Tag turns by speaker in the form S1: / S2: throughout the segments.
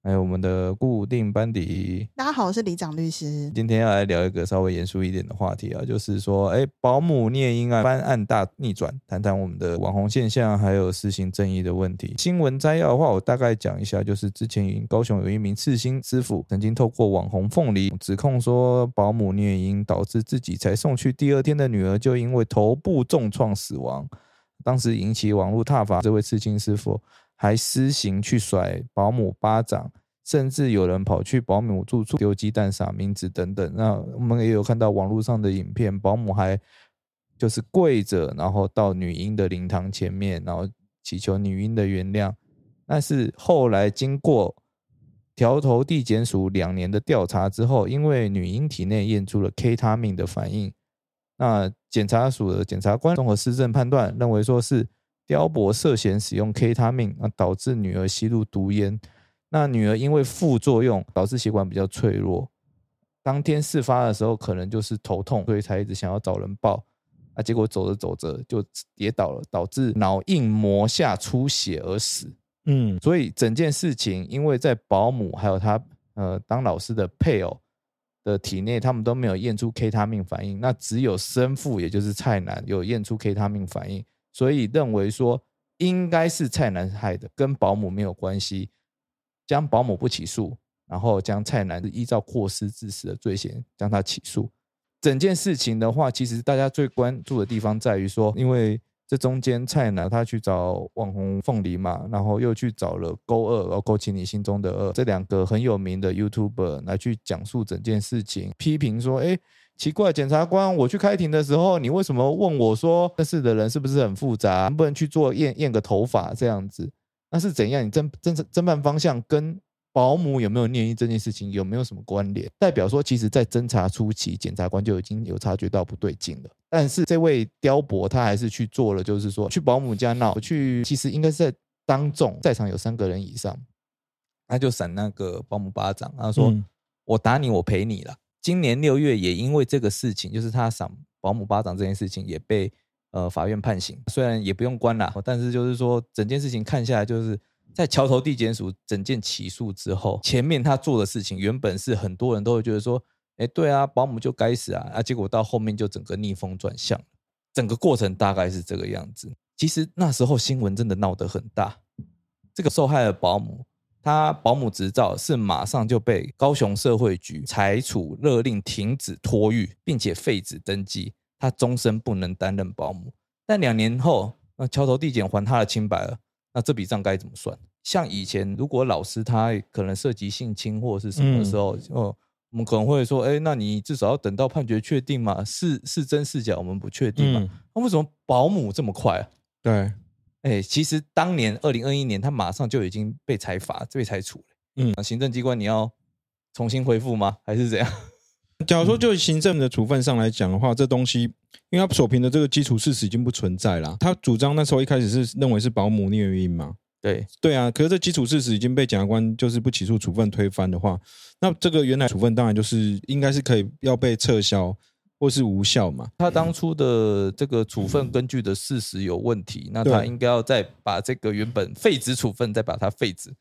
S1: 还有我们的固定班底。
S2: 大家好，我是李长律师。
S1: 今天要来聊一个稍微严肃一点的话题啊，就是说，哎，保姆聂英案翻案大逆转，谈谈我们的网红现象，还有施行正义的问题。新闻摘要的话，我大概讲一下，就是之前高雄有一名刺青师傅，曾经透过网红凤梨指控说，保姆聂英导致自己才送去第二天的女儿就因为头部重创死亡，当时引起网络挞伐，这位刺青师傅。还施行去甩保姆巴掌，甚至有人跑去保姆住处丢鸡蛋、撒名字等等。那我们也有看到网络上的影片，保姆还就是跪着，然后到女婴的灵堂前面，然后祈求女婴的原谅。但是后来经过调头地检署两年的调查之后，因为女婴体内验出了 K 他命的反应，那检察署的检察官综合施政判断认为说是。刁伯涉嫌使用 K 他命啊，导致女儿吸入毒烟。那女儿因为副作用导致血管比较脆弱，当天事发的时候可能就是头痛，所以才一直想要找人抱啊，结果走着走着就跌倒了，导致脑硬膜下出血而死。
S3: 嗯，
S1: 所以整件事情，因为在保姆还有她呃当老师的配偶的体内，他们都没有验出 K 他命反应，那只有生父也就是蔡男有验出 K 他命反应。所以认为说应该是蔡男害的，跟保姆没有关系，将保姆不起诉，然后将蔡男依照过失致死的罪嫌将他起诉。整件事情的话，其实大家最关注的地方在于说，因为这中间蔡男他去找网红凤梨嘛，然后又去找了勾二，然后勾起你心中的二这两个很有名的 YouTuber 来去讲述整件事情，批评说，哎。奇怪，检察官，我去开庭的时候，你为什么问我说认识的人是不是很复杂，能不能去做验验个头发这样子？那是怎样？你侦侦侦办方向跟保姆有没有念意这件事情有没有什么关联？代表说，其实在侦查初期，检察官就已经有察觉到不对劲了。但是这位刁伯他还是去做了，就是说去保姆家闹，我去其实应该是在当众，在场有三个人以上，他就闪那个保姆巴掌，他说：“
S3: 嗯
S1: 我打你，我赔你了。”今年六月也因为这个事情，就是他赏保姆巴掌这件事情，也被呃法院判刑，虽然也不用关啦，但是就是说整件事情看下来，就是在桥头地检署整件起诉之后，前面他做的事情，原本是很多人都会觉得说，哎，对啊，保姆就该死啊，啊，结果到后面就整个逆风转向，整个过程大概是这个样子。其实那时候新闻真的闹得很大，这个受害的保姆他保姆执照是马上就被高雄社会局裁处勒令停止托育，并且废止登记，他终身不能担任保姆。但两年后，那桥头地检还他的清白了，那这笔账该怎么算？像以前，如果老师他可能涉及性侵或是什么的时候，哦，我们可能会说，哎，那你至少要等到判决确定嘛，是是真是假，我们不确定嘛。
S3: 嗯，
S1: 那为什么保姆这么快、啊？
S3: 对，
S1: 哎、其实当年二零二一年，他马上就已经被裁罚、被裁处了。
S3: 嗯
S1: 啊，行政机关你要重新恢复吗？还是怎样？
S3: 假如说就行政的处分上来讲的话，这东西，因为他所凭的这个基础事实已经不存在啦。他主张那时候一开始是认为是保姆虐婴嘛，
S1: 对，
S3: 对啊，可是这基础事实已经被检察官就是不起诉处分推翻的话，那这个原来处分当然就是应该是可以要被撤销或是无效嘛。
S1: 他当初的这个处分根据的事实有问题，那他
S3: 对
S1: 应该要再把这个原本废止处分再把它废止，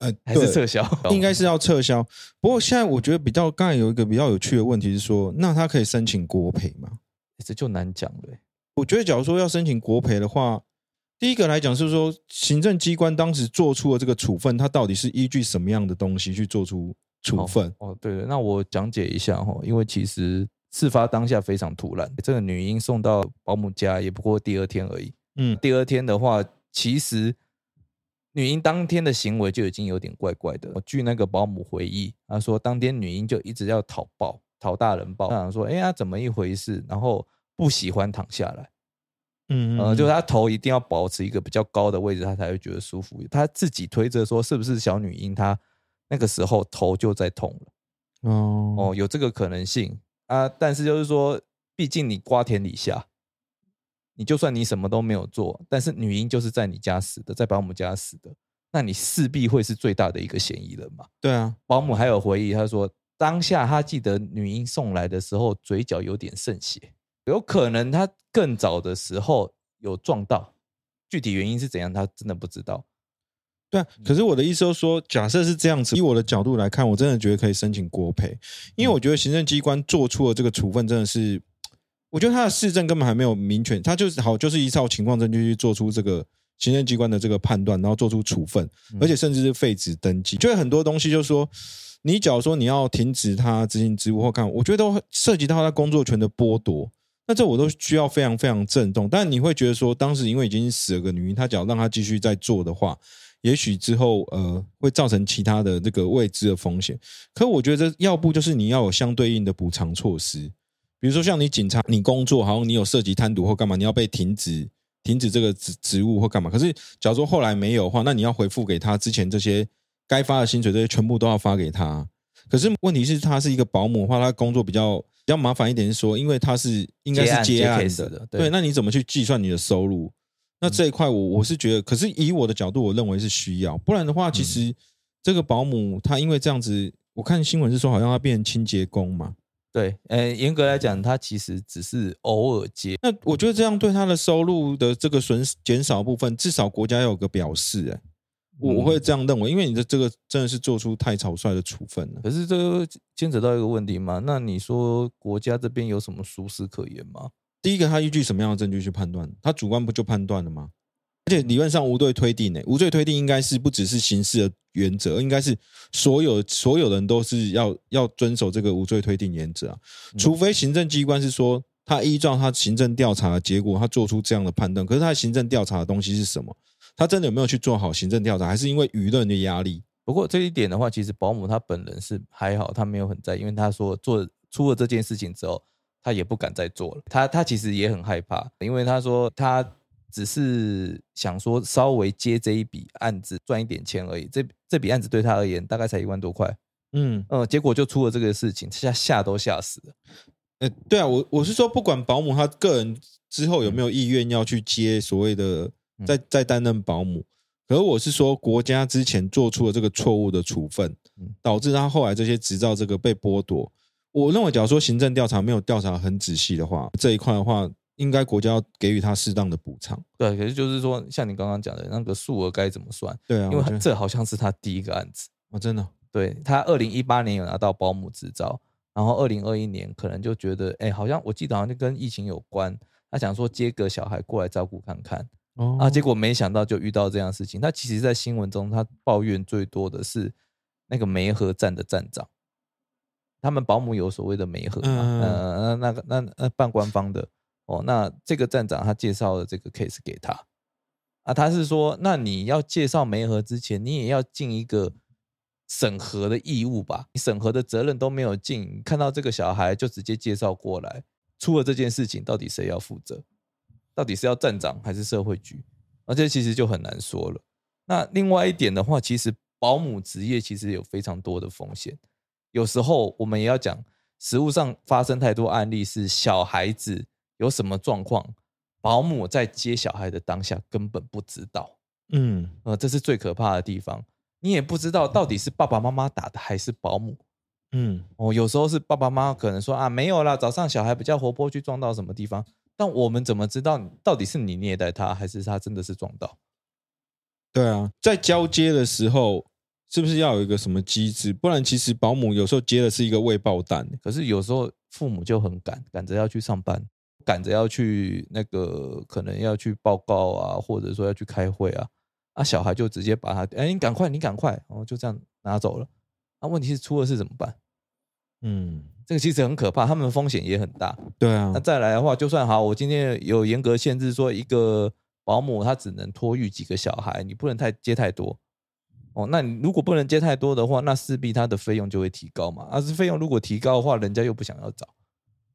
S3: 呃，
S1: 还是
S3: 对
S1: 撤销？
S3: 应该是要撤销。不过现在我觉得比较刚才有一个比较有趣的问题是说，那他可以申请国赔吗？
S1: 这就难讲了、欸
S3: 我觉得，假如说要申请国赔的话，第一个来讲是说，行政机关当时做出的这个处分，它到底是依据什么样的东西去做出处分？
S1: 哦，对了，那我讲解一下哈，因为其实事发当下非常突然，这个女婴送到保姆家也不过第二天而已。
S3: 嗯
S1: 第二天的话，其实女婴当天的行为就已经有点怪怪的。据那个保姆回忆，她说当天女婴就一直要讨抱，讨大人抱，她想说，哎呀，怎么一回事？然后不喜欢躺下来，
S3: 嗯
S1: 呃，就是她头一定要保持一个比较高的位置，她才会觉得舒服。她自己推测说，是不是小女婴她那个时候头就在痛了？
S3: 哦
S1: 哦，有这个可能性。啊，但是就是说，毕竟你瓜田李下，你就算你什么都没有做，但是女婴就是在你家死的，在保姆家死的，那你势必会是最大的一个嫌疑人嘛。
S3: 对啊，
S1: 保姆还有回忆，他说当下他记得女婴送来的时候嘴角有点渗血，有可能他更早的时候有撞到，具体原因是怎样，他真的不知道。
S3: 对啊。可是我的意思就是说，假设是这样子，以我的角度来看，我真的觉得可以申请国赔，因为我觉得行政机关做出的这个处分真的是，我觉得他的市政根本还没有明确，他就是好就是依照情况证据去做出这个。行政机关的这个判断，然后做出处分，而且甚至是废止登记，就是很多东西，就是说，你假如说你要停止他执行职务或干嘛，我觉得都涉及到他工作权的剥夺，那这我都需要非常非常郑重。但你会觉得说，当时因为已经死了个女婴，他只要让他继续再做的话，也许之后呃会造成其他的这个未知的风险。可我觉得要不就是你要有相对应的补偿措施，比如说像你警察，你工作好像你有涉及贪渎或干嘛，你要被停职。停止这个职职务或干嘛？可是，假如说后来没有的话，那你要回复给他之前这些该发的薪水，这些全部都要发给他。可是问题是，他是一个保姆的话，他工作比较比较麻烦一点，是说，因为他是应该是
S1: 接
S3: 接
S1: 案
S3: 案
S1: 接
S3: 的，
S1: case 的对
S3: 对那你怎么去计算你的收入？那这一块我我是觉得，可是以我的角度，我认为是需要，不然的话，其实这个保姆她因为这样子，我看新闻是说好像她变成清洁工嘛，
S1: 对，呃，严格来讲，他其实只是偶尔接，
S3: 那我觉得这样对他的收入的这个损减少部分，至少国家要有个表示、哎，我
S1: 嗯
S3: 我会这样认为，因为你的这个真的是做出太草率的处分了。
S1: 可是这个牵扯到一个问题嘛，那你说国家这边有什么疏失可言吗？
S3: 第一个，他依据什么样的证据去判断？他主观不就判断了吗？而且理论上无罪推定呢、哎无罪推定应该是不只是刑事的原则，应该是所有所有人都是要要遵守这个无罪推定原则啊，除非行政机关是说他依照他行政调查的结果，他做出这样的判断。可是他的行政调查的东西是什么？他真的有没有去做好行政调查，还是因为舆论的压力？
S1: 不过这一点的话，其实保姆她本人是还好，她没有很在意，因为她说做出了这件事情之后，她也不敢再做了。她她其实也很害怕，因为她说她只是想说稍微接这一笔案子赚一点钱而已，这这笔案子对她而言大概才一万多块，
S3: 嗯，
S1: 呃，结果就出了这个事情，吓吓都吓死了。
S3: 呃，对啊，我我是说，不管保姆他个人之后有没有意愿要去接所谓的
S1: 嗯
S3: 再再担任保姆，可是我是说，国家之前做出了这个错误的处分
S1: 嗯，
S3: 导致他后来这些执照这个被剥夺。我认为，假如说行政调查没有调查很仔细的话，这一块的话，应该国家要给予他适当的补偿。
S1: 对，可是就是说，像你刚刚讲的那个数额该怎么算？
S3: 对啊，
S1: 因
S3: 我
S1: 为
S3: 觉得
S1: 这啊好像是她第一个案子。
S3: 哦，真的，
S1: 对他二零一八年有拿到保姆执照，然后二零二一年可能就觉得，哎、好像我记得好像就跟疫情有关，他想说接个小孩过来照顾看看
S3: 哦
S1: 啊，结果没想到就遇到这样的事情。他其实，在新闻中他抱怨最多的是那个梅河站的站长，他们保姆有所谓的梅河嘛，
S3: 嗯
S1: 呃，那那个那那半官方的哦，那这个站长他介绍了这个 case 给他，啊，他是说，那你要介绍媒合之前，你也要尽一个审核的义务吧？你审核的责任都没有尽，看到这个小孩就直接介绍过来，出了这件事情，到底谁要负责？到底是要站长还是社会局？而且其实就很难说了。那另外一点的话，其实保姆职业其实有非常多的风险，有时候我们也要讲，实物上发生太多案例是小孩子有什么状况，保姆在接小孩的当下根本不知道，
S3: 嗯，
S1: 呃，这是最可怕的地方。你也不知道到底是爸爸妈妈打的还是保姆
S3: 嗯，
S1: 哦。有时候是爸爸妈妈可能说啊没有啦，早上小孩比较活泼，去撞到什么地方。但我们怎么知道到底是你虐待他，还是他真的是撞到？
S3: 对啊，在交接的时候，是不是要有一个什么机制？不然其实保姆有时候接的是一个未爆弹、欸
S1: 可是有时候父母就很赶，赶着要去上班，赶着要去那个可能要去报告啊，或者说要去开会啊，啊，小孩就直接把他，哎，你赶快，你赶快，然后就这样拿走了。啊，问题是出了事怎么办？
S3: 嗯，
S1: 这个其实很可怕，他们的风险也很大。
S3: 对
S2: 嗯
S3: 啊
S1: 那，再来的话，就算好，我今天有严格限制，说一个保姆她只能托育几个小孩，你不能太接太多。哦，那你如果不能接太多的话，那势必它的费用就会提高嘛。啊，是费用如果提高的话，人家又不想要找，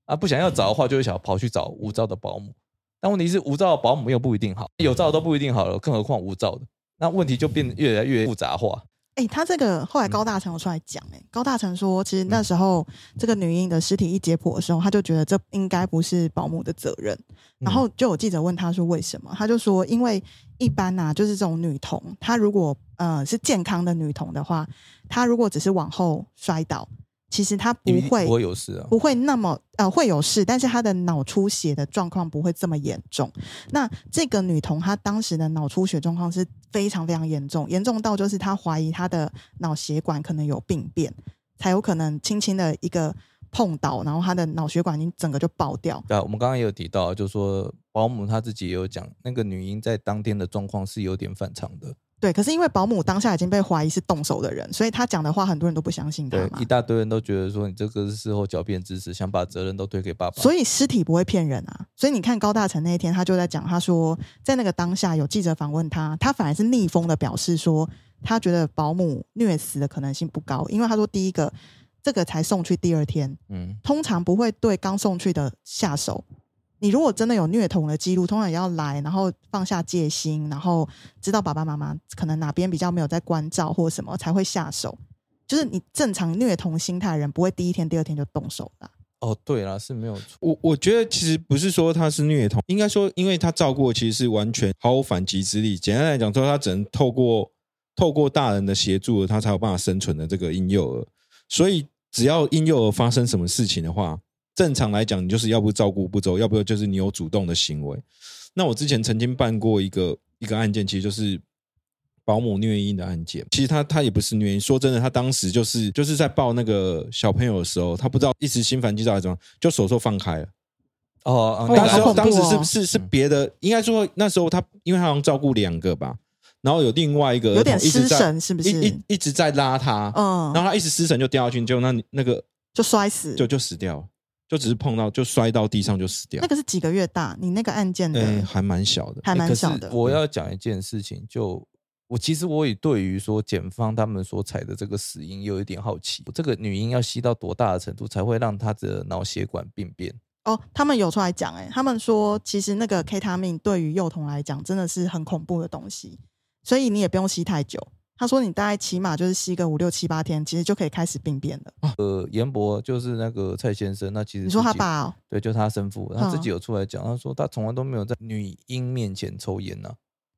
S1: 啊，不想要找的
S2: 嗯
S1: 话，就会想跑去找无照的保姆。但问题是，无照的保
S2: 嗯
S1: 姆又不一定好，有照都不一定好了，更何况无照的。那问题就变得越来越复杂化。
S2: 哎、他这个后来高大成有出来讲，哎，高大成说，其实那时候这个女婴的尸体一解剖的时候，他就觉得这应该不是保姆的责任。然后就有记者问他说为什么，他就说，因为一般呐、就是这种女童，她如果呃是健康的女童的话，她如果只是往后摔倒，其实她不
S1: 一
S2: 会
S1: 不会有事啊。
S2: 不会那么呃会有事，但是她的脑出血的状况不会这么严重。那这个女童她当时的脑出血状况是非常非常严重，严重到就是她怀疑她的脑血管可能有病变，才有可能轻轻的一个碰倒，然后她的脑血管已经整个就爆掉。
S1: 对啊，我们刚刚也有提到，就是说保姆她自己也有讲，那个女婴在当天的状况是有点反常的，
S2: 对，可是因为保姆当下已经被怀疑是动手的人，所以她讲的话很多人都不相信她
S1: 对，
S2: 嘛
S1: 一。大堆人都觉得说你这个是事后狡辩之词，想把责任都推给爸爸。
S2: 所
S1: 以
S2: 以尸体不会骗人啊。所以你看高大成那一天，他就在讲，他说在那个当下有记者访问他，他反而是逆风的表示说，他觉得保姆虐死的可能性不高，因为他说第一个这个才送去第二天，
S1: 嗯，
S2: 通常不会对刚送去的下手。你如果真的有虐童的记录，通常也要来，然后放下戒心，然后知道爸爸妈妈可能哪边比较没有在关照或什么，才会下手。就是你正常虐童心态的人，不会第一天、第二天就动手的啊、
S1: 哦，对啦，是没有错。
S3: 我我觉得其实不是说他是虐童，应该说，因为他照顾的其实是完全毫无反击之力。简单来讲，说他只能透过透过大人的协助，他才有办法生存的这个婴幼儿。所以，只要婴幼儿发生什么事情的话，正常来讲，你就是要不照顾不周，要不就是你有主动的行为。那我之前曾经办过一个一个案件，其实就是保姆虐婴的案件。其实他他也不是虐婴，说真的，他当时就是就是在抱那个小朋友的时候，他不知道一时心烦气躁还是怎么样，就手就放开了。
S1: 哦，
S2: 哦
S1: 哦
S3: 当
S2: 好
S3: 时
S2: 恐怖
S3: 当时
S2: 哦
S3: 是是是别的，应该说那时候他因为他好像照顾两个吧，然后有另外一个
S2: 有点
S3: 儿童一直
S2: 失
S3: 在
S2: 神，是不是？
S3: 一一一直在拉他，
S2: 嗯，
S3: 然后他一直失神就掉下去，就那那个
S2: 就摔死。
S3: 就就死掉了，就只是碰到就摔到地上就死掉
S2: 那，个是几个月大？你那个案件的、
S3: 哎，还蛮小的。
S2: 还蛮小的。
S1: 可
S2: 嗯
S1: 是我要讲一件事情，就我其实我也对于说检方他们所采的这个死因有一点好奇，这个女婴要吸到多大的程度才会让她的脑血管病变？
S2: 哦，他们有出来讲，哎，他们说其实那个 K 他命对于幼童来讲真的是很恐怖的东西，所以你也不用吸太久。他说你大概起码就是吸个五六七八天，其实就可以开始病变
S3: 哦
S2: 了。
S1: 呃，严博就是那个蔡先生，那其实
S2: 你说
S1: 自
S2: 他
S1: 己
S2: 爸、哦，
S1: 对，就他生父，他自己
S2: 嗯
S1: 有出来讲，他说他从来都没有在女婴面前抽烟呐、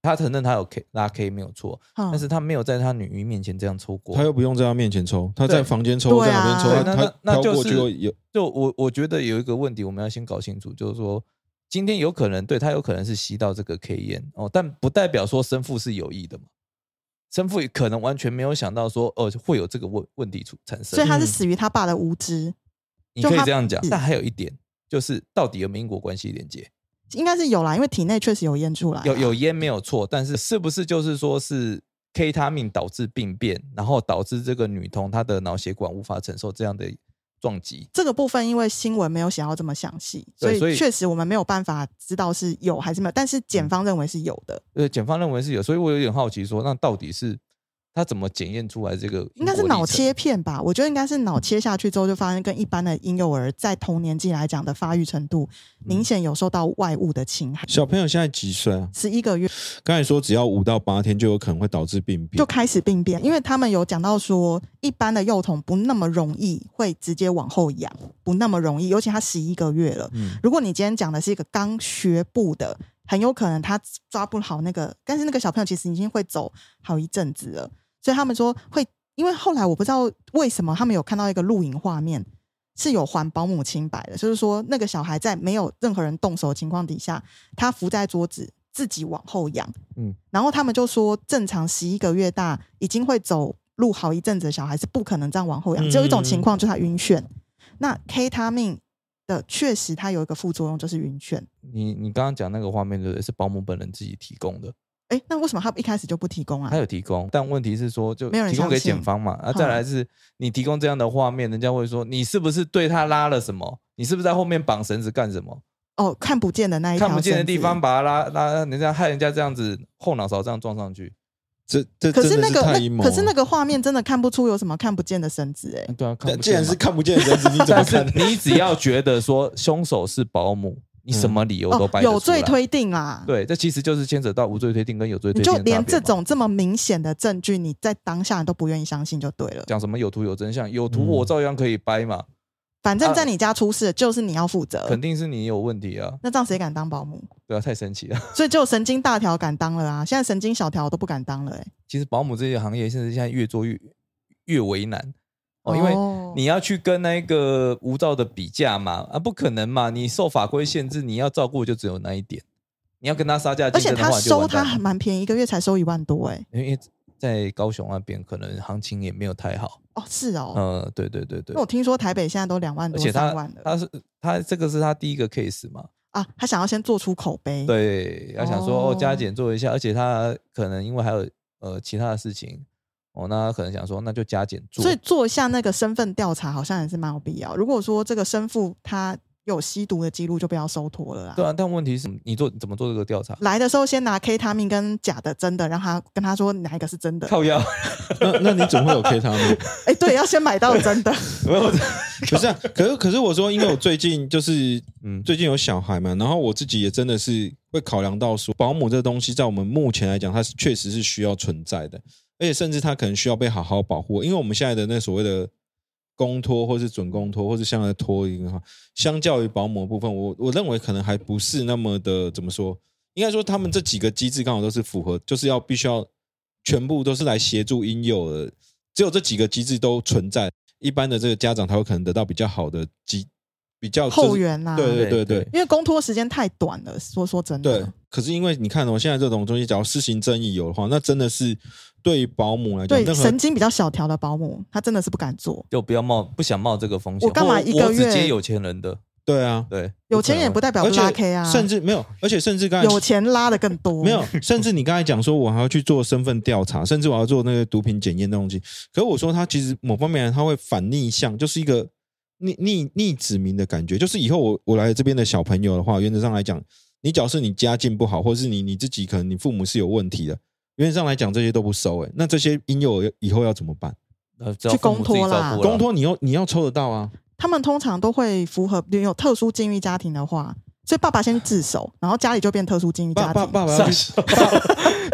S1: 他承认他有 K 拉 K 没有错，
S2: 嗯
S1: 但是他没有在他女婴面前这样抽过
S3: 他。又不用在他面前抽，他
S1: 对
S3: 在房间抽，
S2: 对
S3: 在
S2: 啊
S3: 哪边
S1: 对
S3: 抽，他
S1: 那
S3: 他
S1: 那那
S3: 飘
S1: 就
S3: 过
S1: 是
S3: 去又有
S1: 就我我觉得有一个问题，我们要先搞清楚，就是说今天有可能对他有可能是吸到这个 K 烟哦，但不代表说生父是有意的嘛。生父可能完全没有想到说，哦，会有这个问问题出产生
S2: 所以，
S3: 嗯
S2: 他是死于他爸的无知，
S1: 你
S2: 就
S1: 可以
S2: 他嗯
S1: 这样讲。
S2: 是
S1: 但还有一点，就是到底有没有因果关系连接？
S2: 应该是有啦，因为体内确实有验出来啊，
S1: 有有烟没有错，但是是不是就是说是 K 他命导致病变，然后导致这个女童她的脑血管无法承受这样的撞击？
S2: 这个部分因为新闻没有写到这么详细，所
S1: 对所
S2: 以
S1: 以
S2: 确实我们没有办法知道是有还是没有，但是
S3: 嗯
S2: 检方认为是有的，
S1: 呃，检方认为是有，所以我有点好奇说，那到底是他怎么检验出来这个？
S2: 应该是脑，切片吧？我觉得应该是脑切下去之后，就发现跟一般的婴幼儿在同年纪来讲的发育程度明显有受到外物的侵害，
S3: 小朋友现在几岁啊？
S2: 十一个月
S3: 刚才说只要五到八天就有可能会导致病变
S2: 就，开始病变，因为他们有讲到说，一般的幼童不那么容易会直接往后仰，不那么容易，尤其他十一个月了，
S1: 嗯，
S2: 如果你今天讲的是一个刚学步的，很有可能他抓不好那个，但是那个小朋友其实已经会走好一阵子了，所以他们说会，因为后来我不知道为什么他们有看到一个录影画面是有还保姆清白的，就是说那个小孩在没有任何人动手的情况底下，他扶在桌子自己往后仰，嗯
S1: 嗯，
S2: 然后他们就说正常十一个月大已经会走路好一阵子的小孩是不可能这样往后仰，只有一种情
S1: 嗯
S2: 况就是他晕眩，那 K 他命。的确实，它有一个副作用就是晕眩。
S1: 你你刚刚讲那个画面对不对？是保姆本人自己提供的，
S2: 哎，那为什么他一开始就不提供啊
S1: 他？有提供，但问题是说就
S2: 没有人
S1: 提供给
S2: 相信嗯
S1: 检方嘛？啊，再来是你提供这样的画面，人家会说你是不是对他拉了什么？你是不是在后面绑绳子干什么？
S2: 哦，看不见的那一条
S1: 看不见的
S2: 绳子
S1: 地方，。把它拉拉，人家害人家这样子后脑勺这样撞上去。
S3: 这这
S2: 可
S3: 真的
S2: 那个
S3: 太阴
S2: 那
S3: 谋
S2: 可是那
S3: 了。
S2: 个画面真的看不出有什么看不见的绳子哎、
S1: 对啊，看
S3: 既然是看不见的绳子，你怎
S1: 但
S3: 么看
S1: 是？你只要觉得说凶手是保姆，你什么理由都
S2: 哦
S1: 掰、得
S2: 有
S1: 出来
S2: 罪推定啦，
S1: 对，这其实就是牵扯到无罪推定跟有罪
S2: 你
S1: 推定
S2: 就
S1: 的
S2: 连
S1: 差别
S2: 这
S1: 嘛
S2: 种这么明显的证据，你在当下都不愿意相信就对了。
S1: 讲什么有图有真相，有图
S3: 嗯
S1: 我照样可以掰嘛，
S2: 反正
S1: 啊
S2: 在你家出事，就是你要负责。
S1: 肯定是你有问题啊，
S2: 那这样谁敢当保姆？
S1: 对啊，太神奇了。
S2: 所以只有神经大条敢当了啊，现在神经小条都不敢当了、欸。
S1: 其实保姆这些行业，甚至现在越做越越为难哦，因为
S2: 哦
S1: 你要去跟那个无照的比价嘛，啊，不可能嘛，你受法规限制，你要照顾就只有那一点，你要跟他杀价
S2: 而
S1: 竞
S2: 且
S1: 争的
S2: 他
S1: 话，就
S2: 收
S1: 完
S2: 他
S1: 蛋
S2: 还
S1: 了。
S2: 蛮便宜，一个月才收一万多、欸，哎，
S1: 因为在高雄那边可能行情也没有太好，
S2: 哦，是哦。
S1: 呃，对对对对
S2: 那，我听说台北现在都两万
S1: 而
S2: 多、
S1: 且
S2: 三
S1: 他
S2: 万了
S1: 他是他这个是他第一个 case 嘛，
S2: 啊！他想要先做出口碑，，
S1: 对，要想说哦
S2: 嗯哦
S1: 加减做一下，而且他可能因为还有呃其他的事情，哦，那他可能想说那就加减做，
S2: 所以做一下那个身份调查好像也是蛮有必要。如果说这个生父他有吸毒的记录，就不要收托了啦。
S1: 对啊，但问题是你做你怎么做这个调查？
S2: 来的时候先拿 K 他命跟假的真的，让他跟他说哪一个 是真的。
S1: 靠腰，
S3: 那那你怎么 会有 K 他们？
S2: 哎、对，要先买到真的。
S1: 没有，
S3: 不是、啊，可是可是我说，因为我 最近就是
S1: 嗯，
S3: 最近有小孩嘛，然后我自己也真的是会考量到说，保姆这东西在我们目前来讲，它是确实是需要存在的，而且甚至它可能需要被好好保护，因为我们现在的那所谓的公托或是准公托或是像的托一个话，相较于保姆的部分，我我认为可能还不是那么的怎么说，应该说他们这几个机制刚好都是符合，就是要必须要全部都是来协助婴幼儿，只有这几个机制都存在，一般的这个家长他会可能得到比较好的机。比较就是
S2: 后援啊啦
S3: 对对对对
S1: 对，
S2: 因为公托时间太短了，说说真的，
S3: 对，可是因为你看哦，现在这种东西，假如施行正义有的话，那真的是对于保姆来讲，
S2: 对
S3: 任何
S2: 神经比较小条的保姆，他真的是不敢做。
S1: 就不要冒不想冒这个风险。
S2: 我干嘛
S1: 或
S2: 一个
S1: 我只
S2: 月
S1: 接有钱人的，
S3: 对啊，
S1: 对，
S2: 有钱人也不代表
S3: 而
S2: 不
S3: 且
S2: 拉 K 啊，
S3: 甚至没有，而且甚至刚才
S2: 有钱拉的更多。
S3: 没有，甚至你刚才讲说，我还要去做身份调查，甚至我要做那个毒品检验的东西。可是我说，他其实某方面他会反逆向，就是一个逆逆逆子民的感觉。就是以后我我来这边的小朋友的话，原则上来讲，你假如是你家境不好，或是你你自己可能你父母是有问题的，原则上来讲这些都不收、欸。那这些婴幼儿以后要怎么办？
S1: 呃只要
S2: 去
S1: 父母
S2: 公托
S1: 自己照
S2: 啦
S1: 顾
S3: 公托你要你要抽得到啊。
S2: 他们通常都会符合有特殊境遇家庭的话，所以爸爸先自首，然后家里就变特殊境遇家
S3: 爸
S2: 庭。
S3: 爸爸爸要
S1: 上
S3: 去，
S1: 手，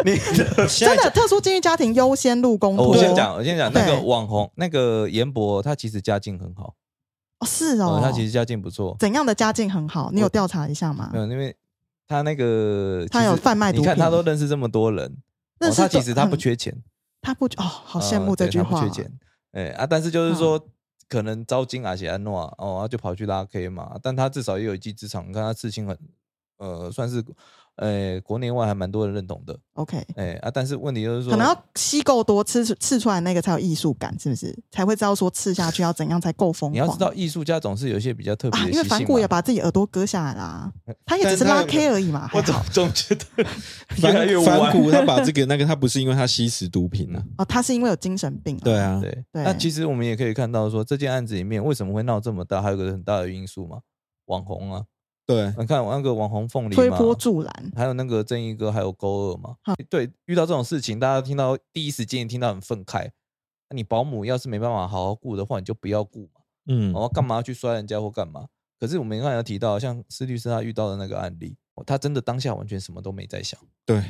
S1: 你的
S3: 现
S2: 真
S3: 在
S2: 的特殊境遇家庭优先入公托。
S1: 哦我先讲，我先讲那个
S2: 对
S1: 网红，那个严博，他其实家境很好，
S2: 哦，是
S1: 呃
S2: 哦，
S1: 他其实家境不错，
S2: 怎样的家境很好？你有调查一下吗
S1: 没？有，因为他那个
S2: 他有
S1: 其实
S2: 贩卖毒
S1: 你看
S2: 品
S1: 他都认识这么多人，
S2: 认
S1: 哦
S2: 识
S1: 他
S2: 多
S1: 其实他不
S2: 嗯
S1: 缺钱，
S2: 他不哦，好
S1: 呃
S2: 羡慕这
S1: 对
S2: 句
S1: 他不
S2: 话嗯
S1: 缺。钱，哎啊，但是就是说。可能招金阿些安诺啊，哦，他就跑去拉 K 嘛，但他至少也有一技之长，你看他刺青很，呃，算是，呃，国内外还蛮多人认同的，
S2: OK，
S1: 哎啊，但是问题就是说，
S2: 可能要吸够多，刺出刺出来那个才有艺术感，是不是？才会知道说刺下去要怎样才够疯狂。
S1: 你要知道，艺术家总是有一些比较特别
S2: 啊，
S1: 的习
S2: 因
S1: 性
S2: 为
S1: 嘛。哎
S2: 反骨也把自己耳朵割下来啦，他也只是
S3: 但他
S2: 拉 K 而已嘛，还
S1: 我总
S2: 好
S1: 总觉得越来
S3: 反
S1: 越
S3: 反
S1: 弯。
S3: 骨他把这个那个，他不是因为他吸食毒品啊，
S2: 哦，他是因为有精神病、啊，
S3: 对，啊，
S1: 对，
S2: 对
S1: 那其实我们也可以看到说，这件案子里面为什么会闹这么大，还有一个很大的因素嘛，网红啊，
S3: 对，
S1: 你看那个网红凤梨
S2: 推
S1: 嘛，
S2: 波助澜，
S1: 还有那个正义哥，还有勾二嘛，对，遇到这种事情，大家听到第一时间听到很愤慨。那你保姆要是没办法好好顾的话，你就不要顾嘛，
S3: 嗯
S1: 然，后干嘛要去摔人家或干嘛？可是我们刚才有提到，像施律师他遇到的那个案例，哦他真的当下完全什么都没在想。
S3: 对，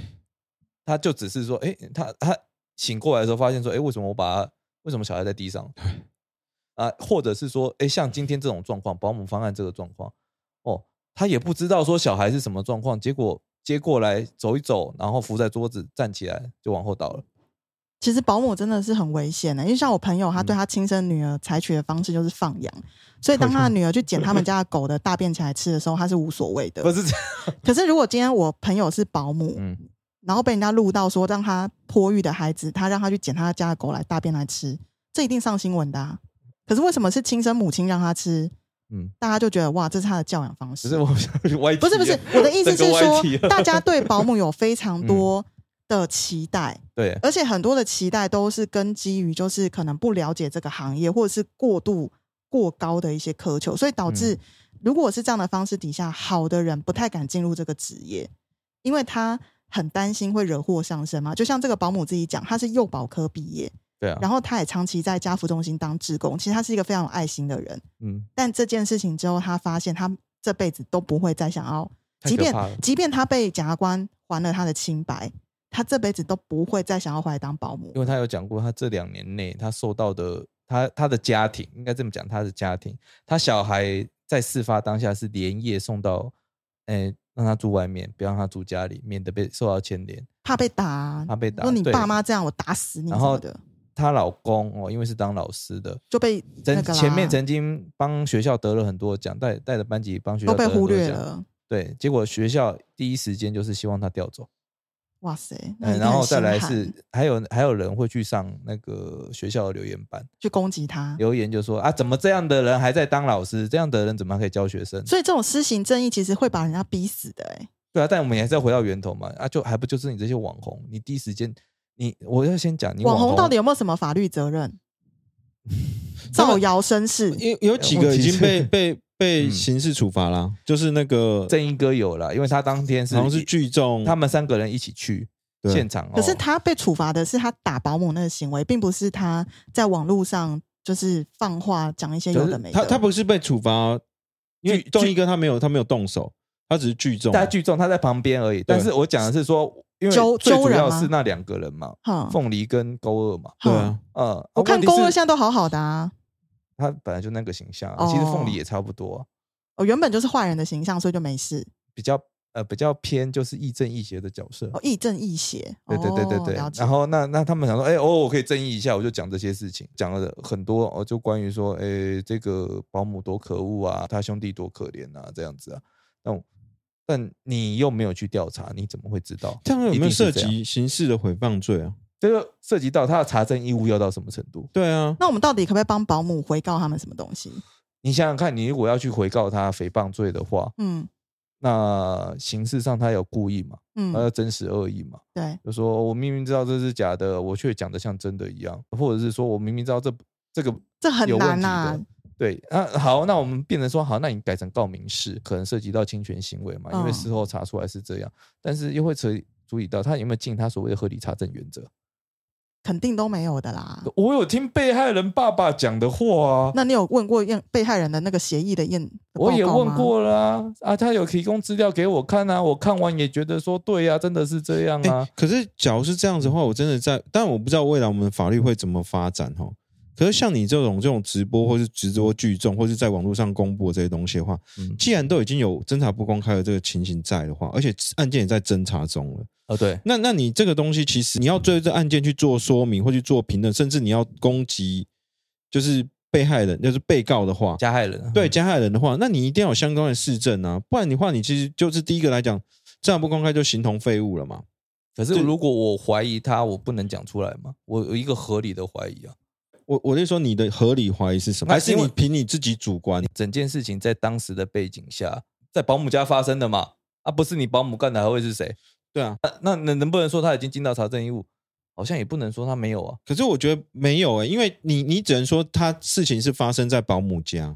S1: 他就只是说，哎、他他醒过来的时候发现说，哎、为什么我把他为什么小孩在地上？啊，或者是说，哎、像今天这种状况，保姆方案这个状况，哦，他也不知道说小孩是什么状况，结果接过来走一走，然后扶在桌子站起来就往后倒了。
S2: 其实保姆真的是很危险的、因为像我朋友，
S1: 嗯
S2: 他对他亲生女儿采取的方式就是放养，所以当他的女儿去捡他们家的狗的大便起来吃的时候，他是无所谓的
S1: 不。是这样，
S2: 可是如果今天我朋友是保姆，
S1: 嗯，
S2: 然后被人家录到说让他托育的孩子，他让他去捡他家的狗来大便来吃，这一定上新闻的、啊。可是为什么是亲生母亲让他吃？
S1: 嗯
S2: 嗯，大家就觉得哇，这是他的教养方式。
S1: 只是我 歪题
S2: 不是不是
S1: 了，
S2: 我的意思是
S1: 整个啊歪题
S2: 说，
S1: 了
S2: 大家对保姆有非常
S1: 嗯
S2: 多的期待，
S1: 对
S2: 而且很多的期待都是根基于就是可能不了解这个行业，或者是过度过高的一些苛求，所以导
S1: 嗯
S2: 致如果是这样的方式底下，好的人不太敢进入这个职业，因为他很担心会惹祸上身嘛。就像这个保姆自己讲，他是幼保科毕业，
S1: 对啊，
S2: 然后他也长期在家福中心当志工，其实他是一个非常有爱心的人。
S1: 嗯，
S2: 但这件事情之后，他发现他这辈子都不会再想要，
S1: 太
S2: 即
S1: 可
S2: 便
S1: 怕了
S2: 即便他被检察官还了他的清白，他这辈子都不会再想要回来当保姆
S1: 因。为他有讲过，他这两年内他受到的，他他的家庭应该这么讲，他的家庭，他小孩在事发当下是连夜送到，哎、让他住外面，不要让他住家里，免得被受到牵连。
S2: 怕被打、啊，
S1: 怕被打
S2: 说你
S1: 对
S2: 爸妈这样，我打死你什
S1: 然后
S2: 么的，
S1: 她老公哦，因为是当老师的，
S2: 就被那
S1: 曾
S2: 个啦
S1: 前面曾经帮学校得了很多奖，带带着班级帮学校
S2: 都被
S1: 得很
S2: 忽
S1: 多
S2: 略
S1: 奖。
S2: 了。
S1: 对，结果学校第一时间就是希望他调走，
S2: 哇塞，那
S1: 嗯，
S2: 一定
S1: 然后
S2: 很
S1: 再
S2: 心
S1: 来
S2: 寒
S1: 是还有还有人会去上那个学校的留言班，
S2: 去攻击他，
S1: 留言就说啊，怎么这样的人还在当老师？这样的人怎么还可以教学生？
S2: 所以这种施行正义其实会把人家逼死的、欸。哎，
S1: 对啊，但我们也还是要回到源头嘛，啊，就还不就是你这些网红，你第一时间，你我要先讲你
S2: 网
S1: 红
S2: 红到底有没有什么法律责 任？造谣生事，
S3: 有有几个已经被被被
S1: 嗯
S3: 刑事处罚啦，就是那个
S1: 正义哥有了，因为他当天是
S3: 好像是聚众，
S1: 他们三个人一起去
S3: 对
S1: 现场、哦，
S2: 可是他被处罚的是他打保姆那个行为，并不是他在网络上就是放话讲一些有的没的。
S3: 他他不是被处罚，因为
S1: 聚
S3: 动一哥他没有他没有动手，他只是聚众，
S1: 大家聚众，他在旁边而已。但是我讲的是说，因为
S2: 揪
S1: 最主
S2: 揪人
S1: 要
S2: 吗
S1: 是那两个人嘛，
S2: 哼
S1: 凤梨跟勾二嘛，
S3: 对啊，
S1: 嗯，
S2: 我看
S1: 勾
S2: 勾二现在都好好的啊，
S1: 他本来就那个形象啊，
S2: 哦
S1: 其实凤梨也差不多啊，
S2: 我哦原本就是坏人的形象，所以就没事。
S1: 比较呃比较偏就是亦正亦邪的角色。
S2: 哦，亦正亦邪。
S1: 对对对对
S2: 哦
S1: 对，
S2: 了解
S1: 然后那那他们想说，哎、偶尔我可以正义一下，我就讲这些事情，讲了很多哦，就关于说，哎、这个保姆多可恶啊，他兄弟多可怜啊，这样子啊。那我但你又没有去调查，你怎么会知道？
S3: 这样有
S1: 一
S3: 没有
S1: 定是
S3: 涉
S1: 这样
S3: 及刑事的诽谤罪啊？
S1: 这个涉及到他的查证义务要到什么程度？
S3: 对啊，
S2: 那我们到底可不可以帮保姆回告他们什么东西？
S1: 你想想看，你如果要去回告他诽谤罪的话，
S2: 嗯
S1: 那形式上他有故意嘛？
S2: 嗯，
S1: 他有真实恶意嘛？
S2: 对，
S1: 就说我明明知道这是假的，我却讲的像真的一样，或者是说我明明知道这这个
S2: 这很
S1: 有问
S2: 难啊
S1: 题的。
S2: 呐、
S1: 对，那好，那我们变成说，好，那你改成告民事，可能涉及到侵权行为嘛？因为
S2: 嗯
S1: 事后查出来是这样，但是又会扯注意到他有没有尽他所谓的合理查证原则。
S2: 肯定都没有的啦。
S1: 我有听被害人爸爸讲的话啊，
S2: 那你有问过验被害人的那个协议的验？
S1: 我也
S2: 报告吗
S1: 问，过了啊，啊，他有提供资料给我看啊，我看完也觉得说对啊，真的是这样
S3: 哎、
S1: 啊。
S3: 可是假如是这样子的话，我真的在，但我不知道未来我们的法律会怎么发展哦。可是像你这种这种直播或是直播聚众，或是在网络上公布这些东西的话，
S1: 嗯
S3: 既然都已经有侦查不公开的这个情形在的话，而且案件也在侦查中了，
S1: 哦，对，
S3: 那那你这个东西其实你要对这案件去做说明或去做评论，甚至你要攻击就是被害人，就是被告的话，
S1: 加害人，啊嗯
S3: 对加害人的话，那你一定要有相关的市政啊，不然的话，你其实就是第一个来讲，侦查不公开就形同废物了嘛。
S1: 可是如果我怀疑他，我不能讲出来吗？我有一个合理的怀疑啊。
S3: 我我就说你的合理怀疑是什么？
S1: 那
S3: 还是
S1: 因
S3: 你
S1: 为
S3: 凭你自己主观？
S1: 整件事情在当时的背景下，在保姆家发生的嘛，啊，不是你保姆干的，还会是谁？
S3: 对啊，
S1: 那那能能不能说他已经尽到查证义务？好像也不能说他没有啊。
S3: 可是我觉得没有诶、欸因为你你只能说他事情是发生在保姆家，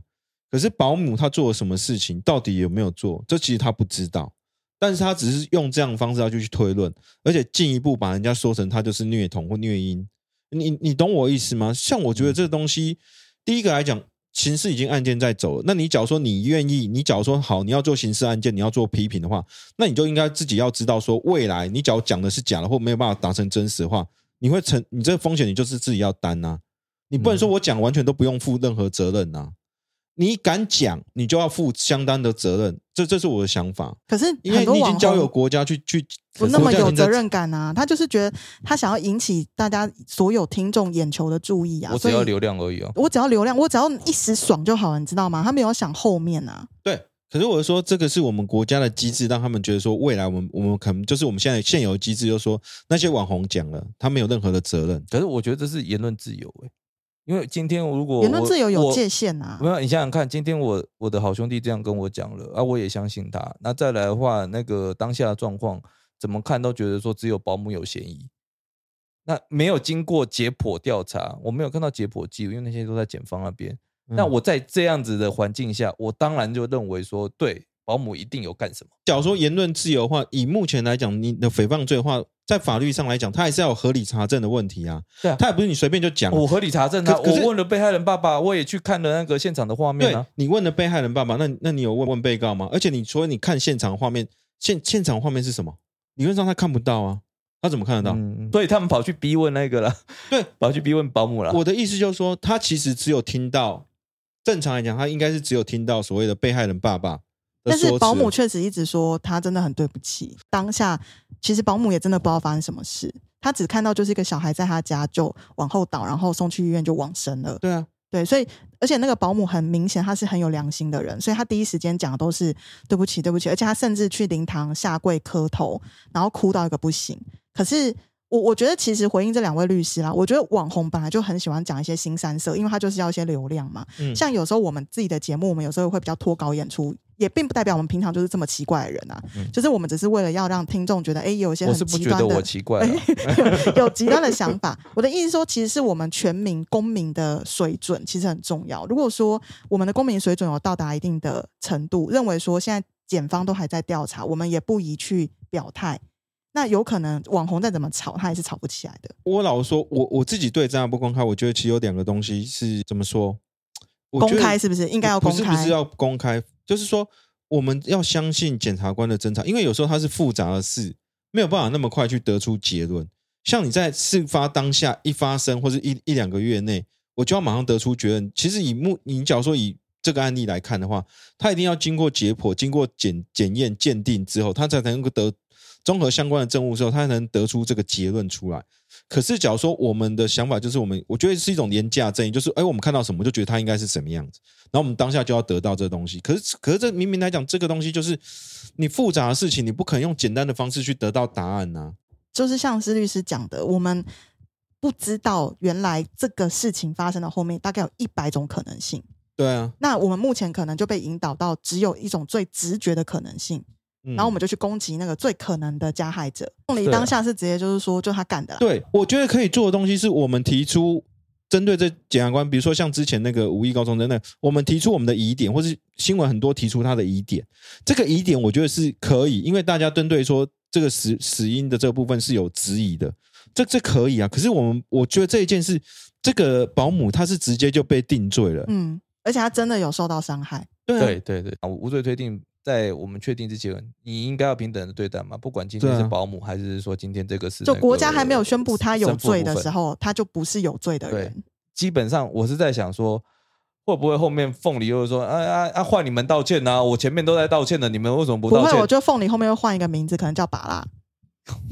S3: 可是保姆他做了什么事情，到底有没有做，这其实他不知道。但是他只是用这样的方式要去去推论，而且进一步把人家说成他就是虐童或虐婴。你你懂我意思吗？像我觉得这个东西，第一个来讲，刑事已经案件在走了。那你假如说你愿意，你假如说好，你要做刑事案件，你要做批评的话，那你就应该自己要知道说，未来你假如讲的是假的，或没有办法达成真实的话，你会承你这个风险，你就是自己要担啊。你不能说我讲完全都不用负任何责任啊。你敢讲，你就要负相当的责任，这这是我的想法。
S2: 可是
S3: 因
S2: 很
S3: 为
S2: 多
S3: 你已
S2: 网
S3: 经交由
S2: 红
S3: 国家去去，
S2: 不那么
S3: 国家已
S2: 有
S3: 经在
S2: 责任感啊，他就是觉得他想要引起大家所有听众眼球的注意啊，
S1: 我
S2: 所
S1: 只
S2: 以
S1: 要流量而已啊。
S2: 我只要流量，我只要一时爽就好了，你知道吗？他没有想后面啊，
S3: 对，可是我是说，这个是我们国家的机制，让他们觉得说，未来我们我们可能就是我们现在现有的机制，就是说那些网红讲了，他没有任何的责任。
S1: 可是我觉得这是言论自由诶、因为今天如果
S2: 言论
S1: 我
S2: 自由有
S1: 我
S2: 界限啊
S1: 没。有，你想想看，今天我我的好兄弟这样跟我讲了啊，我也相信他。那再来的话，那个当下的状况怎么看都觉得说只有保姆有嫌疑，那没有经过解剖调查，我没有看到解剖记录，因为那些都在检方那边。那
S3: 嗯
S1: 我在这样子的环境下，我当然就认为说，对保姆一定有干什么。
S3: 假如说言论自由的话，以目前来讲，你的诽谤罪的话，在法律上来讲，它还是要有合理查证的问题啊。
S1: 对啊
S3: 它也不是你随便就讲。
S1: 我合理查证啊，
S3: 可可是
S1: 我问了被害人爸爸，我也去看了那个现场的画面
S3: 对
S1: 啊。
S3: 你问了被害人爸爸，那那你有问问被告吗？而且你说你看现场画面，现现场画面是什么？理论上他看不到啊，他怎么看得到？
S1: 嗯，所以他们跑去逼问那个了，
S3: 对，
S1: 跑去逼问保姆了。
S3: 我的意思就是说，他其实只有听到，正常来讲，他应该是只有听到所谓的被害人爸爸的
S2: 但
S3: 说
S2: 是
S3: 辞
S2: 保姆确实一直说他真的很对不起。当下其实保姆也真的不知道发生什么事，他只看到就是一个小孩在他家就往后倒，然后送去医院就往生了。
S3: 对啊，
S2: 对，所以而且那个保姆很明显他是很有良心的人，所以他第一时间讲的都是对不起，对不起，而且他甚至去灵堂下跪磕头，然后哭到一个不行。可是我我觉得其实回应这两位律师啦，我觉得网红本来就很喜欢讲一些新三色，因为他就是要一些流量嘛。
S3: 嗯
S2: 像有时候我们自己的节目，我们有时候会比较脱稿演出。也并不代表我们平常就是这么奇怪的人啊，就是我们只是为了要让听众觉得，哎、有一些
S1: 嗯我
S2: 很
S1: 是不
S2: 极
S1: 觉
S2: 端
S1: 得
S2: 的，
S1: 我奇怪 了，
S2: 有极端的想法。我的意思说，其实是我们全民公民的水准其实很重要。如果说我们的公民水准有到达一定的程度，认为说现在检方都还在调查，我们也不宜去表态。那有可能网红再怎么吵，他也是吵不起来的。
S3: 我老实说，我我自己对这样不公开，我觉得其实有两个东西是怎么说？我觉
S2: 公
S3: 得
S2: 开是不是应该要公
S3: 不是不
S2: 开
S3: 是？要公开，就是说我们要相信检察官的侦查，因为有时候它是复杂的事，没有办法那么快去得出结论。像你在事发当下一发生，或是一一两个月内，我就要马上得出结论。其实以目，你假如说以这个案例来看的话，它一定要经过解剖、经过检检验、鉴定之后，它才能够得综合相关的证物之后，它才能得出这个结论出来。可是，假如说我们的想法就是我们，我觉得是一种廉价正义，就是哎，我们看到什么就觉得它应该是什么样子。然后我们当下就要得到这东西。可是，可是这明明来讲，这个东西就是你复杂的事情，你不可能用简单的方式去得到答案啊呐、
S2: 就是像是律师讲的，我们不知道原来这个事情发生的后面大概有一百种可能性。
S3: 对啊，
S2: 那我们目前可能就被引导到只有一种最直觉的可能性。
S3: 嗯、
S2: 然后我们就去攻击那个最可能的加害者。凤梨
S1: 对啊
S2: 当下是直接就是说，就他干的啦。
S3: 对，我觉得可以做的东西是我们提出针对这检察官，比如说像之前那个无意高中生那，我们提出我们的疑点，或是新闻很多提出他的疑点。这个疑点我觉得是可以，因为大家针对说这个死死因的这个部分是有质疑的，这这可以啊。可是我们我觉得这一件事，这个保姆她是直接就被定罪了，
S2: 嗯，而且他真的有受到伤害。
S3: 对啊
S1: 对对对，啊无罪推定，在我们确定之前，你应该要平等的对待嘛，不管今天
S3: 对啊
S1: 是保姆还是说今天这个是
S2: 就
S1: 那
S2: 国
S1: 个
S2: 家还没有宣布他有
S1: 生父
S2: 罪
S1: 部
S2: 的
S1: 分
S2: 时候，他就不是有罪的
S1: 对
S2: 人。
S1: 基本上我是在想说，会不会后面凤梨又说，啊啊啊，换你们道歉呐、我前面都在道歉了，你们为什么不
S2: 不
S1: 道
S2: 会，
S1: 歉
S2: 我？觉得凤梨后面会换一个名字，可能叫拔拉。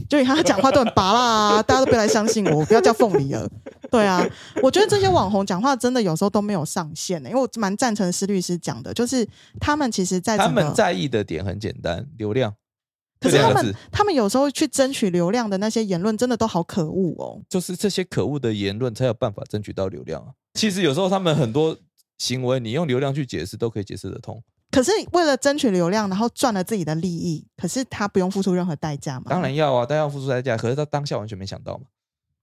S2: 就以他讲话都很拔拉啊，大家都不要来相信我，我不要叫凤 梨了。对啊，我觉得这些网红讲话真的有时候都没有上限的、欸因为我蛮赞成施律师讲的，就是他们其实在
S1: 他
S2: 整个
S1: 们在意的点很简单，流量。
S2: 可
S1: 这
S2: 是他
S1: 两个
S2: 们
S1: 字
S2: 他们有时候去争取流量的那些言论，真的都好可恶哦。
S1: 就是这些可恶的言论才有办法争取到流量啊。其实有时候他们很多行为，你用流量去解释都可以解释得通。
S2: 可是为了争取流量，然后赚了自己的利益，可是他不用付出任何代价嘛？
S1: 当然。要啊，但要付出代价。可是他当下完全没想到嘛，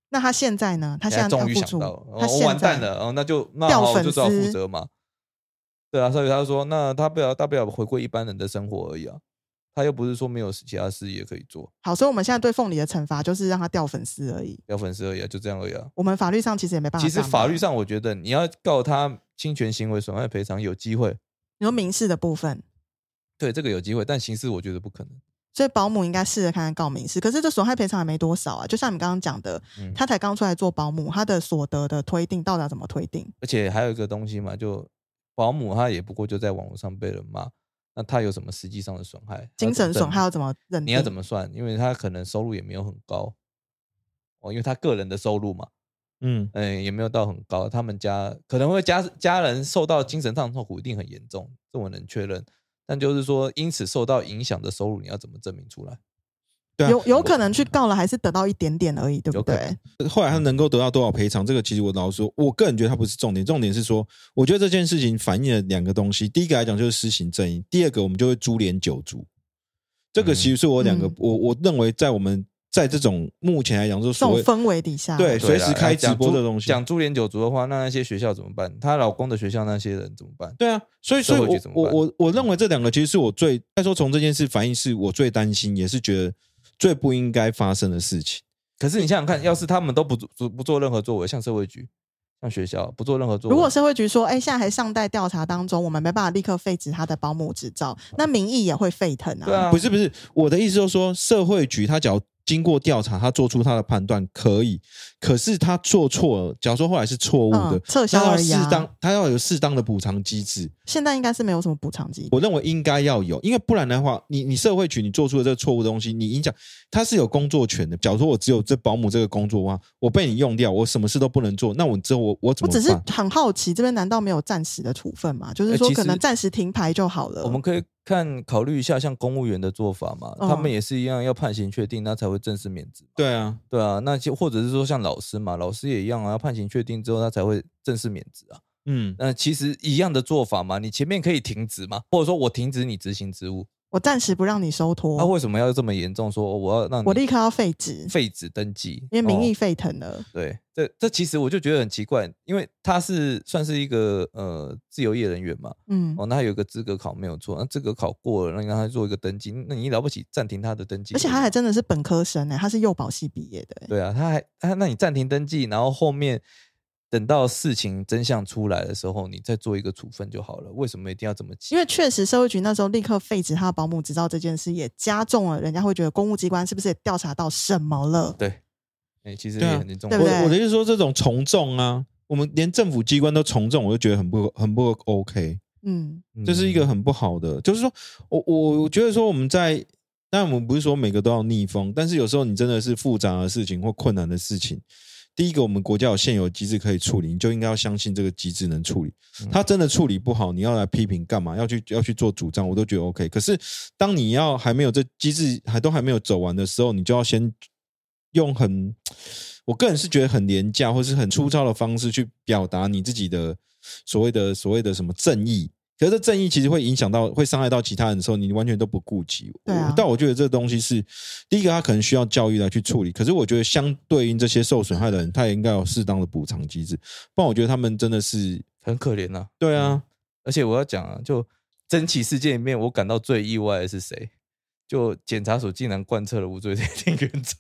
S2: 那他现在呢？他现在
S1: 终于
S2: 付
S1: 想
S2: 出，
S1: 到了，哦我
S2: 他现在
S1: 完蛋了，哦，那就那
S2: 掉
S1: 好，我
S2: 粉
S1: 就只好负
S2: 丝
S1: 责嘛。对啊，所以他说，那他不要大不了回归一般人的生活而已啊。他又不是说没有其他事业可以做，
S2: 好，所以我们现在对凤梨的惩罚就是让他掉粉丝而已。
S1: 要粉丝而已啊，就这样而已啊。
S2: 我们法律上其实也没办法
S1: 其
S2: 干嘛。
S1: 实法律上，我觉得你要告他侵权行为损害赔偿有机会，
S2: 你说民事的部分，
S1: 对这个有机会，但刑事我觉得不可能。
S2: 所以保姆应该试着看看告民事。可是这损害赔偿也没多少啊，就像你刚刚讲的，
S1: 嗯
S2: 他才刚出来做保姆，他的所得的推定到底要怎么推定？
S1: 而且还有一个东西嘛，就保姆她也不过就在网络上被人骂，那她有什么实际上的损害？
S2: 精神损害要怎么认定？
S1: 你要怎么算？因为她可能收入也没有很高，哦，因为她个人的收入嘛，
S3: 嗯，
S1: 嗯，也没有到很高。他们家可能会家家人受到精神上痛苦一定很严重，这我能确认。但就是说，因此受到影响的收入，你要怎么证明出来？
S3: 对啊
S2: 有有可能去告了，还是得到一点点而已，对不
S1: 有可能
S2: 对？
S3: 后来他能够得到多少赔偿，这个其实我老实说，我个人觉得它不是重点，重点是说，我觉得这件事情反映了两个东西，第一个来讲就是施行正义，第二个我们就会株连九族，这个其实是我两个、
S2: 嗯
S3: 我我认为在我们。在这种目前来讲，就是
S2: 这
S3: 所
S2: 种
S3: 谓
S2: 氛围底下，
S3: 对随时
S1: 啦
S3: 开直
S1: 讲
S3: 播的
S1: 株
S3: 东西
S1: 讲株连九族的话，那那些学校怎么办？她老公的学校那些人怎么办？
S3: 对啊，所以所以
S1: 社会
S3: 我
S1: 局怎么
S3: 我
S1: 办
S3: 我我认为这两个其实是我最再说从这件事反映是我最担心，也是觉得最不应该发生的事情。
S1: 可是你想想看，要是他们都不做不做任何作为，像社会局、像学校不做任何作为，
S2: 如果社会局说，哎、现在还尚待调查当中，我们没办法立刻废止他的保姆执照，那民意也会沸腾啊。
S1: 对啊，
S3: 不是不是，我的意思就是说，社会局他只要经过调查，他做出他的判断可以，可是他做错了，假如说后来是错误的
S2: 嗯，撤销
S3: 那要
S2: 而已啊
S3: 适当，他要有适当的补偿机制。
S2: 现在应该是没有什么补偿机制。
S3: 我认为应该要有，因为不然的话，你你社会局你做出的这个错误的东西，你影响他是有工作权的。假如说我只有这保姆这个工作啊，我被你用掉，我什么事都不能做，那我之后我我怎
S2: 我
S3: 么
S2: 只
S3: 办？
S2: 是很好奇，这边难道没有暂时的处分吗？就是
S1: 哎
S2: 说，
S1: 其
S2: 可能
S1: 实
S2: 暂时停牌就好了。
S1: 我们可以看考虑一下，像公务员的做法嘛，
S2: 嗯
S1: 他们也是一样要判刑确定，那才会正式免职。
S3: 对啊，
S1: 对啊，那就或者是说像老师嘛，老师也一样啊，要判刑确定之后，他才会正式免职啊。
S3: 嗯，
S1: 那其实一样的做法嘛，你前面可以停职嘛，或者说我停止你执行职务，
S2: 我暂时不让你收托，
S1: 那、为什么要这么严重？说哦我要让
S2: 我
S1: 你
S2: 立刻要废止，
S1: 废止登记，
S2: 因为民
S1: 哦
S2: 意沸腾了。
S1: 对，这这其实我就觉得很奇怪，因为他是算是一个呃自由业人员嘛，
S2: 嗯，
S1: 哦，那他有一个资格考没有错，那资格考过了，那你让他做一个登记，那你了不起暂停他的登记，
S2: 而且他还真的是本科生呢、欸他是幼保系毕业的、欸。
S1: 对啊，他还他那你暂停登记，然后后面等到事情真相出来的时候，你再做一个处分就好了，为什么一定要这么急？
S2: 因为确实社会局那时候立刻废止他的保姆执照这件事，也加重了人家会觉得公务机关是不是也调查到什么了？
S1: 对，哎、其实
S3: 对啊
S1: 也很严重，
S2: 对不对
S3: 我我的意思说，这种从众啊，我们连政府机关都从众，我就觉得很不很不 OK，
S2: 嗯，
S1: 嗯
S3: 这是一个很不好的。就是说我我我觉得说我们在，但我们不是说每个都要逆风，但是有时候你真的是复杂的事情或困难的事情。第一个，我们国家有现有机制可以处理，你就应该要相信这个机制能处理。他真的处理不好，你要来批评干嘛？要去要去做主张，我都觉得 OK。可是当你要还没有这机制还都还没有走完的时候，你就要先用很，我个人是觉得很廉价或是很粗糙的方式去表达你自己的所谓的所谓的什么正义。可是这正义其实会影响到，会伤害到其他人的时候，你完全都不顾及。
S2: 对啊
S3: 我但我觉得这东西是第一个，他可能需要教育来去处理。可是我觉得相对应这些受损害的人，他也应该有适当的补偿机制，不然我觉得他们真的是
S1: 很可怜啊。
S3: 对啊。
S1: 而且我要讲啊，就珍奇事件里面，我感到最意外的是谁？就检察署竟然贯彻了无罪推 定原则，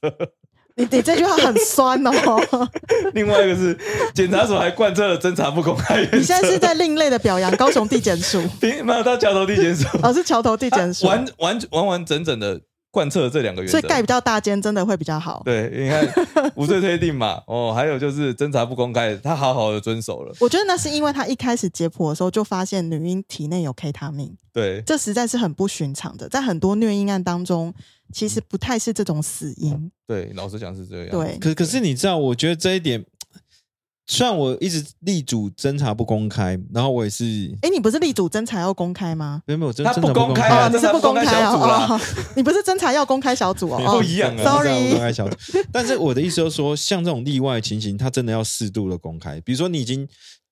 S2: 你你这句话很酸哦，
S1: 另外一个是检察署还贯彻了侦查不公开原则。
S2: 你现在是在另类的表扬高雄地 检署，
S1: 凭没有到桥头地检署，
S2: 哦，是桥头地检署，
S1: 完完完完整整的贯彻了这两个原
S2: 所
S1: 则
S2: 以。盖比较大间真的会比较好。
S1: 对，你看无罪推定嘛，哦，还有就是侦查不公开，他好好的遵守了。
S2: 我觉得那是因为他一开始解剖的时候就发现女婴体内有 K 他命，
S1: 对，
S2: 这实在是很不寻常的，在很多虐婴案当中，其实不太是这种死因。
S1: 对，啊老实讲是这样。
S2: 对，
S3: 可可是你知道，我觉得这一点，虽然我一直力主侦查不公开，然后我也是
S2: 哎，你不是立主侦查要公开吗？
S3: 没有没有，真
S1: 他
S3: 侦
S1: 不
S3: 查
S1: 公开
S3: 啊
S1: 啊
S2: 哦，你
S1: 侦
S2: 是
S1: 查
S2: 不
S1: 公
S2: 公
S1: 开
S2: 开
S1: 小
S2: 啊
S1: 组啦
S2: 哦，哦你不是侦查要公开小组哦，
S1: 不
S2: 哦
S1: 一样啊。
S2: Sorry
S3: 侦查不公开小组。但是我的意思就是说，像这种例外情形，他真的要适度的公开。比如说，你已经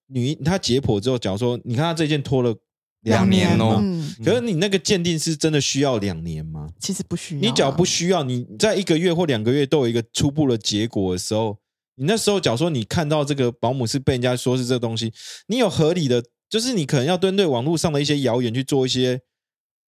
S3: 女他解剖之后，假如说你看他这件拖了
S1: 两年哦
S3: 嘛
S2: 嗯，
S3: 可是你那个鉴定是真的需要两年吗？
S2: 其实不需要啊，
S3: 你只要不需要，你在一个月或两个月都有一个初步的结果的时候，你那时候假如说你看到这个保姆是被人家说是这东西，你有合理的，就是你可能要针对网络上的一些谣言去做一些，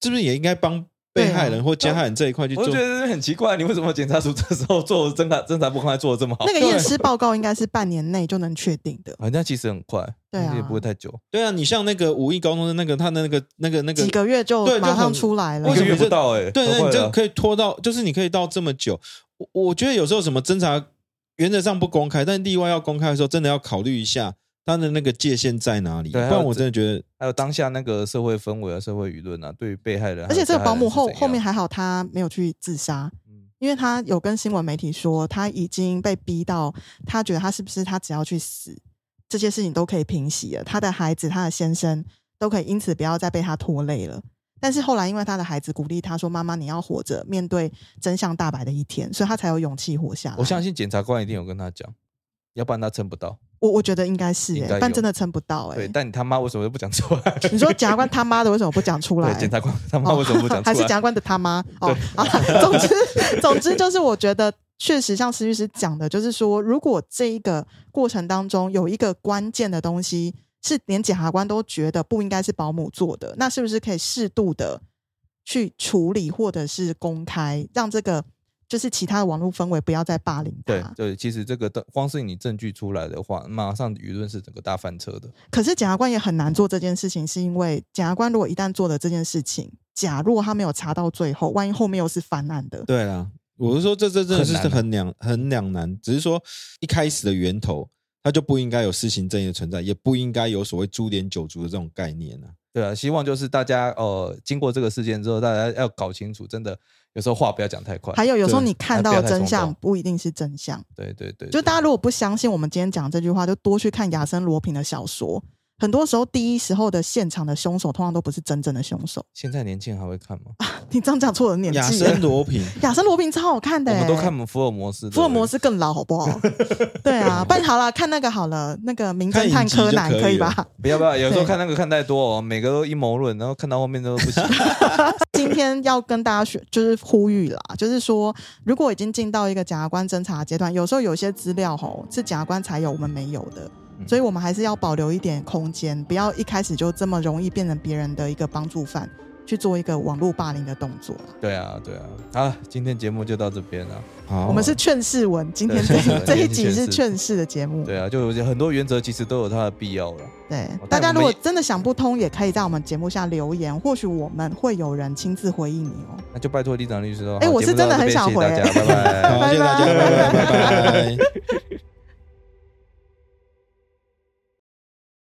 S3: 是不是也应该帮被害
S2: 对
S3: 人或加害人这一块去
S1: 我
S3: 做
S1: 就觉？得很奇怪，你为什么检察署这时候做侦查侦查不公开做的这么好？
S2: 那个验尸报告应该是半年内就能确定的，
S1: 好像其实很快，
S2: 对啊
S1: 也不会太久，
S3: 对啊，你像那个武义高中的那个，他的那个那个那个
S2: 几个月就
S3: 对就
S2: 马上
S3: 很
S2: 出来了
S3: 为
S1: 一。个
S3: 什么
S1: 月
S3: 这
S1: 不到哎、
S3: 对，
S1: 超
S3: 那
S1: 快
S3: 你
S1: 的
S3: 就
S1: 啊
S3: 可以拖到，就是你可以到这么久。我我觉得有时候什么侦查原则上不公开，但例外要公开的时候，真的要考虑一下它的那个界限在哪里。不
S1: 对还有
S3: 然我
S1: 这
S3: 真的觉得，
S1: 还有当下那个社会氛围啊、社会舆论啊，对于被害人，
S2: 而且这个保姆后后面
S1: 还
S2: 还好，他没有去自杀
S1: 嗯，
S2: 因为他有跟新闻媒体说，他已经被逼到，他觉得他是不是他只要去死，这些事情都可以平息了，他的孩子、他的先生都可以因此不要再被他拖累了。但是后来，因为他的孩子鼓励他说：“妈妈，你要活着，面对真相大白的一天。”所以他才有勇气活下来。
S1: 我相信检察官一定有跟他讲，要不然他撑不到。
S2: 我我觉得应该是、
S1: 应
S2: 欸，
S1: 该有
S2: 但真的撑不到哎、
S1: 对，但你他妈为什么都不讲出来？
S2: 你 说检察官他妈的为什么不讲出来哦
S1: 对，？检察 官他妈为什么不讲出来？
S2: 啊还是检察官的他妈哦。好啦，总之总之就是我觉得确实像施律师讲的，就是说，如果这一个过程当中有一个关键的东西是连检察官都觉得不应该是保姆做的，那是不是可以适度的去处理或者是公开，让这个就是其他的网络氛围不要再霸凌
S1: 对
S2: 他？
S1: 对，其实这个的光是你证据出来的话，马上舆论是整个大翻车的。
S2: 可是检察官也很难做这件事情，是因为检察官如果一旦做了这件事情，假若他没有查到最后，万一后面又是翻案的，
S3: 对啦，我是说这这真的是
S1: 很难啊
S3: 很两很两难，只是说一开始的源头，它就不应该有私刑正义的存在，也不应该有所谓株连九族的这种概念啊。
S1: 对啊，希望就是大家呃，经过这个事件之后，大家要搞清楚，真的有时候话不要讲太快。
S2: 还有有时候
S1: 对
S2: 你
S1: 哎
S2: 看
S1: 不
S2: 到
S1: 要
S2: 的
S1: 太
S2: 真
S1: 冲
S2: 相
S1: 动
S2: 不一定是真相。
S1: 对对对，
S2: 就
S1: 对
S2: 大家如果不相信我们今天讲这句话，就多去看亚森罗平的小说。很多时候，第一时候的现场的凶手通常都不是真正的凶手。
S1: 现在年轻人还会看吗？
S2: 你这样讲错了年
S3: 亚
S2: 纪
S3: 森
S2: 了。
S3: 罗平，
S2: 亚森罗平超好看的、
S1: 我
S2: 欸，
S1: 们都看。福尔摩斯，
S2: 福尔
S1: 对
S2: 摩斯更老，好 不好？对啊，不然好了，看那个好了，那个名侦探柯南
S3: 看影集就
S2: 可
S3: 可
S2: 以
S3: 以
S2: 吧
S3: 了？
S1: 不要不要，有时候
S2: 对
S1: 看那个看太多哦，每个都阴谋论，然后看到后面都 不行。
S2: 今天要跟大家学，就是呼吁啦，就是说，如果已经进到一个检察官侦查阶段，有时候有些资料吼是检察官才有，我们没有的，
S1: 嗯
S2: 所以我们还是要保留一点空间，不要一开始就这么容易变成别人的一个帮助犯，去做一个网络霸凌的动作啦。
S1: 对啊对啊，好，今天节目就到这边啊了。
S3: 好，
S2: 我们是劝世文，今
S1: 哦
S2: 天
S1: 对劝世
S2: 这
S1: 文
S2: 这一
S1: 今
S2: 集
S1: 天是
S2: 是劝世的节目，
S1: 对啊，就有很多原则其实都有它的必要了。
S2: 对
S1: 好
S2: 大家
S1: 但我们
S2: 如果
S1: 也
S2: 真的想不通，也可以在我们节目下留言，或许我们会有人亲自回应你哦。
S1: 那就拜托李长律师哦。
S2: 哎
S1: 好
S2: 我
S1: 节
S2: 是
S1: 目到
S2: 真的
S1: 这
S2: 很
S1: 边
S2: 想
S1: 谢谢大
S2: 回
S1: 家，拜拜。
S3: 好，谢谢大家，拜拜拜拜。